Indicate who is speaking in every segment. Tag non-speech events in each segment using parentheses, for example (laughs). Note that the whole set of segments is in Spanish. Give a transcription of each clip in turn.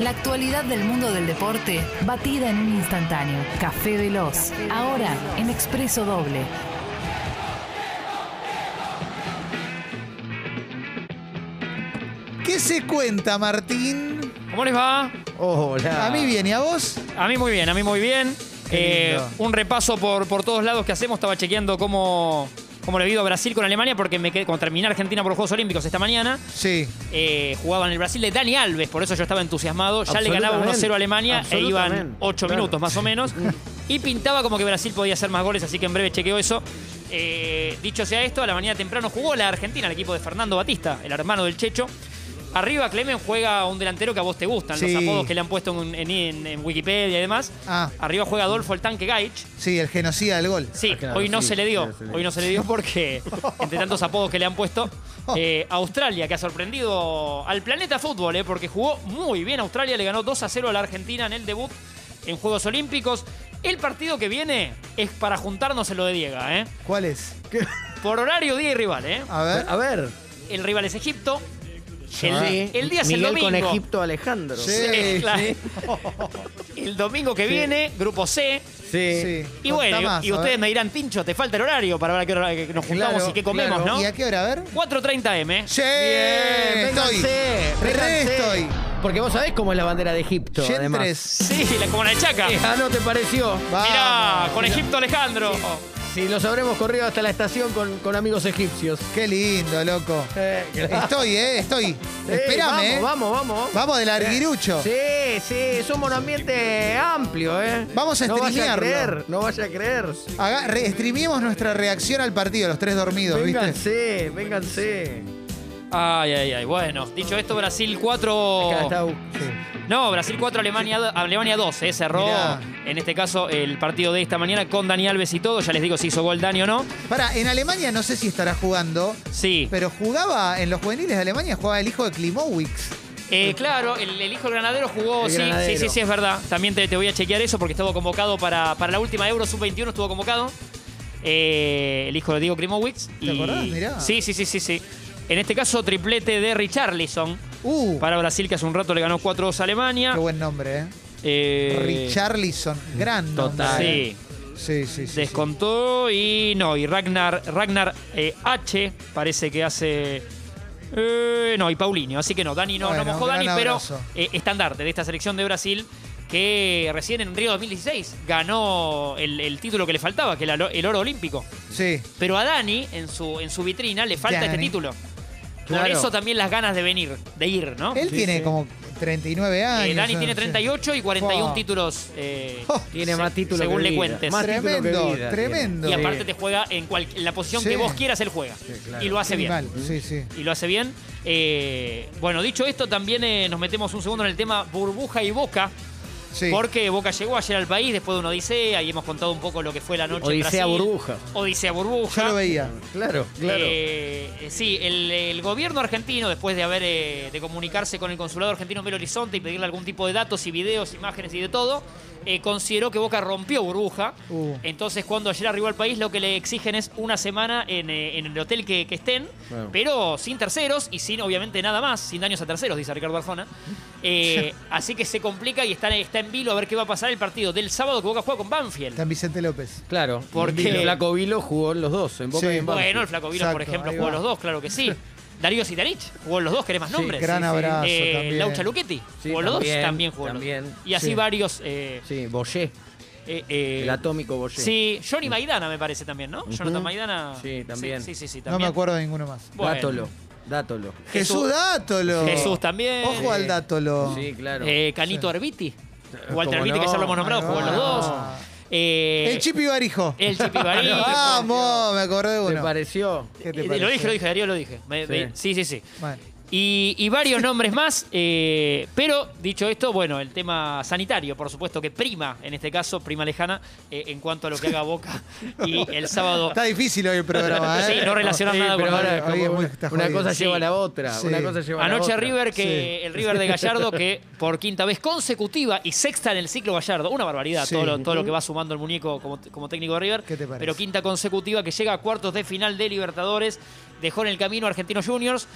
Speaker 1: La actualidad del mundo del deporte, batida en un instantáneo. Café Veloz, ahora en Expreso Doble.
Speaker 2: ¿Qué se cuenta, Martín?
Speaker 3: ¿Cómo les va?
Speaker 2: Hola. A mí bien, ¿y a vos?
Speaker 3: A mí muy bien, a mí muy bien.
Speaker 2: Qué
Speaker 3: Eh,
Speaker 2: lindo.
Speaker 3: un repaso por, por todos lados que hacemos. Estaba chequeando cómo, cómo le ha ido a Brasil con Alemania porque me quedé, cuando terminé Argentina por los Juegos Olímpicos esta mañana,
Speaker 2: Sí.
Speaker 3: eh, jugaban el Brasil de Dani Alves. Por eso yo estaba entusiasmado. Ya le ganaba
Speaker 4: Absolutamente.
Speaker 3: 1-0 a Alemania e iban
Speaker 4: Absolutamente.
Speaker 3: 8
Speaker 4: Claro.
Speaker 3: minutos más o
Speaker 4: (laughs)
Speaker 3: menos. Y pintaba como que Brasil podía hacer más goles, así que en breve chequeo eso. Eh, dicho sea esto, a la mañana temprano jugó la Argentina, el equipo de Fernando Batista, el hermano del Checho. Arriba Clemen juega un delantero que a vos te gustan,
Speaker 2: Sí.
Speaker 3: los apodos que le han puesto en, en- en- en Wikipedia y demás.
Speaker 2: Ah.
Speaker 3: Arriba juega Adolfo el tanque Gaich.
Speaker 2: Sí, el genocida del gol.
Speaker 3: Sí,
Speaker 4: Ah, claro,
Speaker 3: hoy no
Speaker 4: sí,
Speaker 3: se le dio.
Speaker 4: sí, se le
Speaker 3: Hoy no se le dio
Speaker 4: (laughs)
Speaker 3: porque, entre tantos apodos que le han puesto, eh, Australia, que ha sorprendido al planeta fútbol, eh, porque jugó muy bien. Australia le ganó 2 a 0 a la Argentina en el debut en Juegos Olímpicos. El partido que viene es para juntarnos en lo de Diego, ¿eh?
Speaker 2: ¿Cuál es?
Speaker 3: Por horario, día y rival, ¿eh?
Speaker 2: A ver.
Speaker 4: A ver.
Speaker 3: El rival es Egipto. El,
Speaker 4: Ah. Sí.
Speaker 3: el día es el
Speaker 4: Miguel
Speaker 3: domingo.
Speaker 4: con Egipto Alejandro.
Speaker 2: Sí.
Speaker 3: Sí, claro. (laughs) El domingo que viene, grupo C.
Speaker 2: Sí.
Speaker 3: Y
Speaker 2: Contá
Speaker 3: bueno, y-
Speaker 2: más, ¿eh?
Speaker 3: y
Speaker 2: a
Speaker 3: ustedes
Speaker 2: ver.
Speaker 3: me dirán, Pincho, te falta el horario para ver a qué hora que nos juntamos
Speaker 4: Claro,
Speaker 3: y qué comemos,
Speaker 4: claro.
Speaker 3: ¿no?
Speaker 2: ¿Y a qué hora? A ver.
Speaker 3: 4.30 M.
Speaker 2: Sí, estoy.
Speaker 4: Bien, vénganse,
Speaker 2: Re
Speaker 4: vénganse.
Speaker 2: estoy.
Speaker 4: Porque vos sabés cómo es la bandera de Egipto, además.
Speaker 2: Yentres.
Speaker 3: Sí, la, como la de Chaca.
Speaker 4: Ah, ¿no te pareció?
Speaker 3: Mirá,
Speaker 2: Vamos.
Speaker 3: con Egipto Alejandro.
Speaker 4: Si los habremos corrido hasta la estación con, con amigos egipcios.
Speaker 2: Qué lindo, loco.
Speaker 4: Eh,
Speaker 2: Estoy, eh, estoy.
Speaker 4: (laughs) sí,
Speaker 2: Espérame, eh.
Speaker 4: Vamos, vamos, vamos.
Speaker 2: Vamos del arguirucho.
Speaker 4: Sí, sí, somos un ambiente amplio, ¿eh?
Speaker 2: Vamos a
Speaker 4: No vaya a
Speaker 2: streamearlo.
Speaker 4: creer, no vaya a creer.
Speaker 2: Haga- re- streameemos nuestra reacción al partido, los tres dormidos, ¿viste?
Speaker 4: Vénganse, vénganse.
Speaker 3: Ay, ay, ay. Bueno, dicho esto, Brasil
Speaker 2: Oh.
Speaker 3: 4.
Speaker 4: Acá está, uh, sí.
Speaker 3: No, Brasil 4, Alemania, do- Alemania 2. eh, cerró,
Speaker 2: Mirá.
Speaker 3: en este caso, el partido de esta mañana con Dani Alves y todo. Ya les digo si hizo gol Dani o no.
Speaker 2: Para, en Alemania no sé si estará jugando,
Speaker 3: Sí.
Speaker 2: pero jugaba en los juveniles de Alemania, jugaba el hijo de Klimowicz.
Speaker 3: Eh, claro, el, el hijo del granadero jugó,
Speaker 4: El
Speaker 3: sí,
Speaker 4: Granadero.
Speaker 3: sí, sí, sí, es verdad. También te, te voy a chequear eso porque estuvo convocado para, para la última Euro Sub-21, estuvo convocado. Eh, el hijo de Diego Krimowicz.
Speaker 2: ¿Te acordás? Mirá.
Speaker 3: Sí, sí, sí, sí, sí. En este caso, triplete de Richarlison
Speaker 2: Uh,
Speaker 3: para Brasil, que hace un rato le ganó 4-2 a Alemania.
Speaker 2: qué buen nombre, ¿eh?
Speaker 3: Eh,
Speaker 2: Richarlison, gran nombre.
Speaker 4: total.
Speaker 3: Sí,
Speaker 2: Sí, sí, sí. sí.
Speaker 3: descontó y no, y Ragnar, Ragnar eh, H parece que hace... eh, no, y Paulinho, así que no, Dani no,
Speaker 2: Bueno,
Speaker 3: no mojó
Speaker 2: gran
Speaker 3: Dani, pero
Speaker 2: abrazo.
Speaker 3: eh, estandarte de esta selección de Brasil que recién en Río 2016 ganó el, el título que le faltaba, que era el o- el oro olímpico.
Speaker 2: Sí.
Speaker 3: Pero a Dani, en su, en su vitrina, le falta este
Speaker 2: Dani.
Speaker 3: título. Por
Speaker 4: Claro.
Speaker 3: eso también las ganas de venir, de ir, ¿no?
Speaker 2: Él tiene como 39 años.
Speaker 3: Eh, Dani
Speaker 2: ¿no?
Speaker 3: tiene
Speaker 2: Sí.
Speaker 3: 38 y 41
Speaker 2: Wow.
Speaker 3: títulos. eh,
Speaker 2: Oh,
Speaker 4: Tiene
Speaker 3: se-
Speaker 4: más títulos
Speaker 3: Según
Speaker 4: que
Speaker 3: le
Speaker 4: vida.
Speaker 3: cuentes.
Speaker 4: Más títulos que
Speaker 2: Tremendo,
Speaker 4: vida
Speaker 2: tremendo.
Speaker 3: Y
Speaker 4: tiene.
Speaker 3: aparte te juega en, cual- en la posición
Speaker 2: Sí.
Speaker 3: que vos quieras, él juega.
Speaker 4: claro.
Speaker 3: Y lo hace bien.
Speaker 2: Animal, Sí, sí.
Speaker 3: Y lo hace bien. Eh, bueno, dicho esto, también eh, nos metemos un segundo en el tema burbuja y boca.
Speaker 2: sí.
Speaker 3: Porque Boca llegó ayer al país después de una odisea y hemos contado un poco lo que fue la noche. en
Speaker 4: Odisea
Speaker 3: Brasil.
Speaker 4: burbuja.
Speaker 3: Odisea
Speaker 2: Yo
Speaker 3: burbuja.
Speaker 2: lo veía.
Speaker 4: Claro, claro.
Speaker 3: Eh, eh, sí, el, el gobierno argentino, después de haber eh, de comunicarse con el consulado argentino en Belo Horizonte y pedirle algún tipo de datos y videos, imágenes y de todo, eh, consideró que Boca rompió burbuja.
Speaker 2: Uh.
Speaker 3: Entonces, cuando ayer arribó al país, lo que le exigen es una semana en, eh, en el hotel que, que estén,
Speaker 4: Bueno.
Speaker 3: pero sin terceros y sin, obviamente, nada más, sin daños a terceros, dice Ricardo Arjona. Eh, así que se complica y está, está en vilo a ver qué va a pasar el partido del sábado que Boca juega con Banfield.
Speaker 2: Está en Vicente López.
Speaker 4: Claro,
Speaker 3: Porque-
Speaker 4: porque Flaco Vilo jugó en los dos, en Boca
Speaker 2: Sí.
Speaker 4: y en Banfield.
Speaker 3: Bueno, el Flaco Vilos, por
Speaker 2: Exacto,
Speaker 3: ejemplo,
Speaker 2: ahí
Speaker 3: jugó
Speaker 2: va.
Speaker 3: los dos, claro
Speaker 2: (laughs)
Speaker 3: que sí. Darío Sitarich jugó los dos, querés más nombres.
Speaker 2: gran abrazo
Speaker 3: Eh,
Speaker 2: también.
Speaker 3: Laucha Luchetti
Speaker 4: Sí,
Speaker 3: jugó los dos,
Speaker 4: también,
Speaker 3: también jugó los dos.
Speaker 4: también.
Speaker 3: Y así
Speaker 2: Sí.
Speaker 3: varios. eh,
Speaker 4: Sí, Boyé,
Speaker 3: eh, eh,
Speaker 4: el atómico Boyé.
Speaker 3: Sí, Johnny Maidana me parece también, ¿no? Jonathan Maidana.
Speaker 4: Sí, también.
Speaker 3: Sí, sí, sí,
Speaker 2: No me
Speaker 3: también.
Speaker 2: acuerdo de ninguno más.
Speaker 3: Bueno,
Speaker 4: Dátolo, dátolo. Eh,
Speaker 2: Jesús Dátolo. Ah,
Speaker 3: Jesús también.
Speaker 2: Ojo al Dátolo.
Speaker 4: Sí, claro.
Speaker 3: Eh, Canito Arbiti. Walter
Speaker 4: Eh, ¿Cómo
Speaker 3: Arbiti, que
Speaker 4: no?
Speaker 3: ya lo hemos nombrado,
Speaker 2: Ahí
Speaker 3: jugó
Speaker 2: va.
Speaker 3: los dos. Eh,
Speaker 2: Ah. El Chipi Barijo. (laughs)
Speaker 3: El Chipi Baril.
Speaker 2: Vamos, me acordé de
Speaker 4: ¿Te
Speaker 2: uno.
Speaker 4: pareció?
Speaker 2: ¿Qué te
Speaker 3: Eh, Lo
Speaker 2: pareció?
Speaker 3: dije, lo dije, Darío lo dije. Me- me- sí, sí, sí.
Speaker 2: Bueno.
Speaker 3: Y, y varios nombres más, eh, pero dicho esto, bueno, el tema sanitario, por supuesto, que prima, en este caso, prima lejana, eh, en cuanto a lo que haga Boca. Y el sábado
Speaker 2: Está difícil hoy el programa,
Speaker 3: (laughs) Sí,
Speaker 2: ¿eh?
Speaker 3: no relacionar
Speaker 4: Sí,
Speaker 3: nada con
Speaker 4: pero
Speaker 3: lo-
Speaker 4: ahora es
Speaker 2: Hoy
Speaker 4: como
Speaker 2: es muy-
Speaker 4: una-
Speaker 2: está
Speaker 4: una
Speaker 2: jodido.
Speaker 4: cosa lleva a la otra.
Speaker 2: Sí.
Speaker 4: Una cosa lleva a la
Speaker 3: Anoche
Speaker 4: otra.
Speaker 3: River, que el River de Gallardo, que por quinta vez consecutiva y sexta en el ciclo Gallardo, una barbaridad,
Speaker 2: Sí.
Speaker 3: todo, lo, todo lo que va sumando el muñeco como, como técnico de River,
Speaker 2: ¿Qué te parece?
Speaker 3: pero quinta consecutiva que llega a cuartos de final de Libertadores, dejó en el camino a Argentinos Juniors.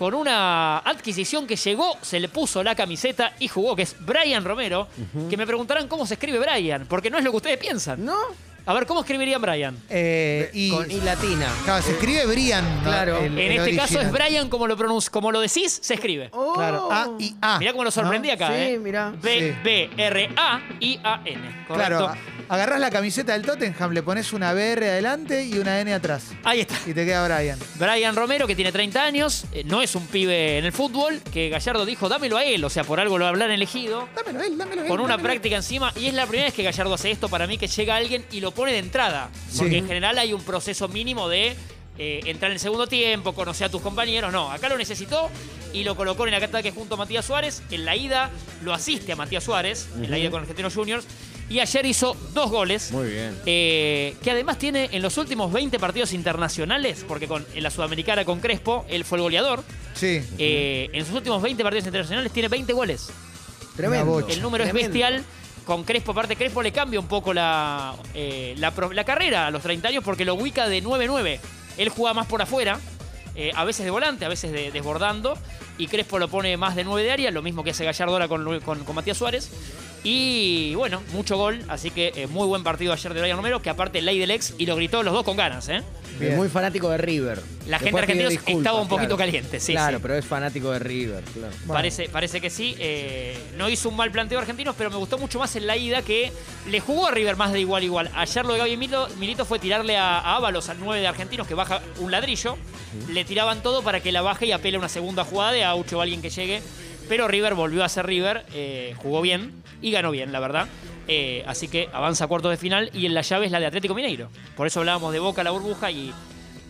Speaker 3: Con una adquisición que llegó, se le puso la camiseta y jugó, que es Brian Romero. Que me preguntarán cómo se escribe Brian, porque no es lo que ustedes piensan.
Speaker 4: ¿No?
Speaker 3: A ver, ¿cómo escribirían Brian?
Speaker 2: Eh, y,
Speaker 4: Con I latina.
Speaker 2: Claro, se escribe Brian. ¿no?
Speaker 4: Claro.
Speaker 2: El-
Speaker 3: en
Speaker 2: el
Speaker 3: este caso es
Speaker 2: original.
Speaker 3: Brian, como lo, pronunci- como lo decís, se escribe.
Speaker 4: Oh.
Speaker 2: Claro, A y A.
Speaker 3: Mirá cómo lo sorprendí
Speaker 2: ¿no?
Speaker 3: acá,
Speaker 4: Ah, Sí,
Speaker 3: ¿eh?
Speaker 4: mirá.
Speaker 3: B,
Speaker 2: Sí.
Speaker 3: B, R, A, I, A, N. Correcto.
Speaker 2: Claro, a- agarrás la camiseta del Tottenham, le pones una BR adelante y una N atrás.
Speaker 3: Ahí está.
Speaker 2: Y te queda Brian.
Speaker 3: Brian Romero, que tiene 30 años, eh, no es un pibe en el fútbol, que Gallardo dijo, dámelo a él, o sea, por algo lo habrán elegido,
Speaker 2: Dámelo él, dámelo él.
Speaker 3: con una
Speaker 2: dámelo.
Speaker 3: práctica encima, y es la primera vez que Gallardo hace esto para mí, que llega alguien y lo pone de entrada, porque
Speaker 2: Sí.
Speaker 3: en general hay un proceso mínimo de eh, entrar en el segundo tiempo, conocer a tus compañeros, no, acá lo necesitó y lo colocó en el ataque junto a Matías Suárez, en la ida lo asiste a Matíás Suárez, en la ida con Argentinos Juniors, y ayer hizo dos goles.
Speaker 4: Muy bien.
Speaker 3: Eh, que además tiene en los últimos 20 partidos internacionales, porque con en la Sudamericana con Crespo, él fue el goleador.
Speaker 2: Sí.
Speaker 3: eh, en sus últimos 20 partidos internacionales tiene 20 goles.
Speaker 4: Tremendo.
Speaker 2: bocha.
Speaker 3: El número es
Speaker 4: Tremendo.
Speaker 3: bestial. Con Crespo, aparte Crespo le cambia un poco la, eh, la, pro- la carrera a los 30 años porque lo ubica de 9-9. Él juega más por afuera, eh, a veces de volante, a veces de- desbordando. Y Crespo lo pone más de 9 de área, lo mismo que hace Gallardo ahora con, Lu- con, con Matías Suárez. Y bueno, mucho gol, así que eh, muy buen partido ayer de Brian Romero, que aparte ley del ex y lo gritó los dos con ganas. ¿eh?
Speaker 2: Bien.
Speaker 4: Muy fanático de River.
Speaker 3: La gente
Speaker 4: Después pidió
Speaker 3: argentina
Speaker 4: disculpas,
Speaker 3: estaba un poquito
Speaker 4: claro.
Speaker 3: caliente, sí,
Speaker 4: Claro,
Speaker 3: sí.
Speaker 4: pero es fanático de River. Claro.
Speaker 2: Bueno.
Speaker 3: Parece, parece que sí. Eh, no hizo un mal planteo a Argentinos, pero me gustó mucho más en la ida que le jugó a River más de igual a igual. Ayer lo de Gaby Milito, Milito fue tirarle a, a Ábalos, al 9 de Argentinos, que baja un ladrillo. Le tiraban todo para que la baje y apele una segunda jugada de Aucho o alguien que llegue. Pero River volvió a ser River, eh, jugó bien y ganó bien, la verdad. Eh, así que avanza a cuartos de final y en la llave es la de Atlético Mineiro. Por eso hablábamos de Boca, la burbuja y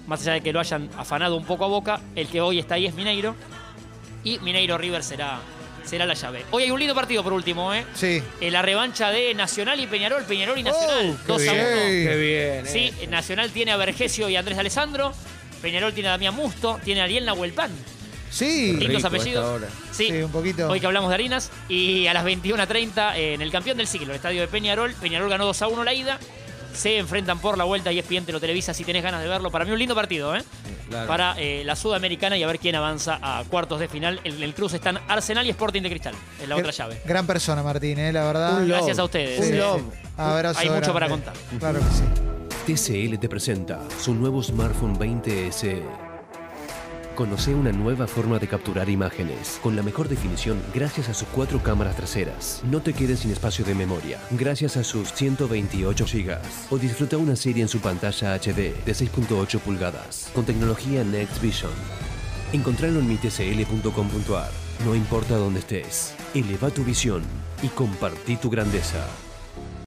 Speaker 3: más allá de que lo hayan afanado un poco a Boca, el que hoy está ahí es Mineiro y Mineiro River será, será la llave. Hoy hay un lindo partido por último, ¿eh?
Speaker 2: Sí.
Speaker 3: Eh, La revancha de Nacional y Peñarol, Peñarol y Nacional.
Speaker 2: Oh, qué
Speaker 3: 2 a 1.
Speaker 2: bien.
Speaker 4: Qué bien.
Speaker 3: Sí, Nacional tiene a Vergesio y a Andrés Alessandro. Peñarol tiene a Damián Musto, tiene a Ariel Nahuelpan.
Speaker 2: Sí.
Speaker 3: Lindos
Speaker 4: rico
Speaker 3: apellidos.
Speaker 4: hasta ahora.
Speaker 3: Sí,
Speaker 2: Sí, un poquito.
Speaker 3: Hoy que hablamos de harinas. Y a las 21.30 en el campeón del siglo, el estadio de Peñarol. Peñarol ganó 2 a 1 la ida. Se enfrentan por la vuelta y ESPN te lo televisa si tenés ganas de verlo. Para mí un lindo partido, ¿eh?
Speaker 4: Claro.
Speaker 3: Para eh, la Sudamericana y a ver quién avanza a cuartos de final. En el cruce están Arsenal y Sporting de Cristal, en la otra
Speaker 2: Gr-
Speaker 3: llave.
Speaker 2: Gran persona, Martín, ¿eh? la verdad.
Speaker 4: Eh, Un
Speaker 3: Gracias
Speaker 4: love.
Speaker 3: a ustedes.
Speaker 4: Un
Speaker 3: Sí,
Speaker 4: love.
Speaker 2: Abrazo
Speaker 3: Hay mucho
Speaker 2: grande.
Speaker 3: para contar.
Speaker 2: Claro que sí.
Speaker 5: TCL te presenta su nuevo smartphone 20S. Conoce una nueva forma de capturar imágenes con la mejor definición gracias a sus cuatro cámaras traseras. No te quedes sin espacio de memoria gracias a sus 128 GB. O disfruta una serie en su pantalla HD de 6.8 pulgadas con tecnología Next Vision. Encontralo en mitcl.com.ar. No importa dónde estés, eleva tu visión y compartí tu grandeza.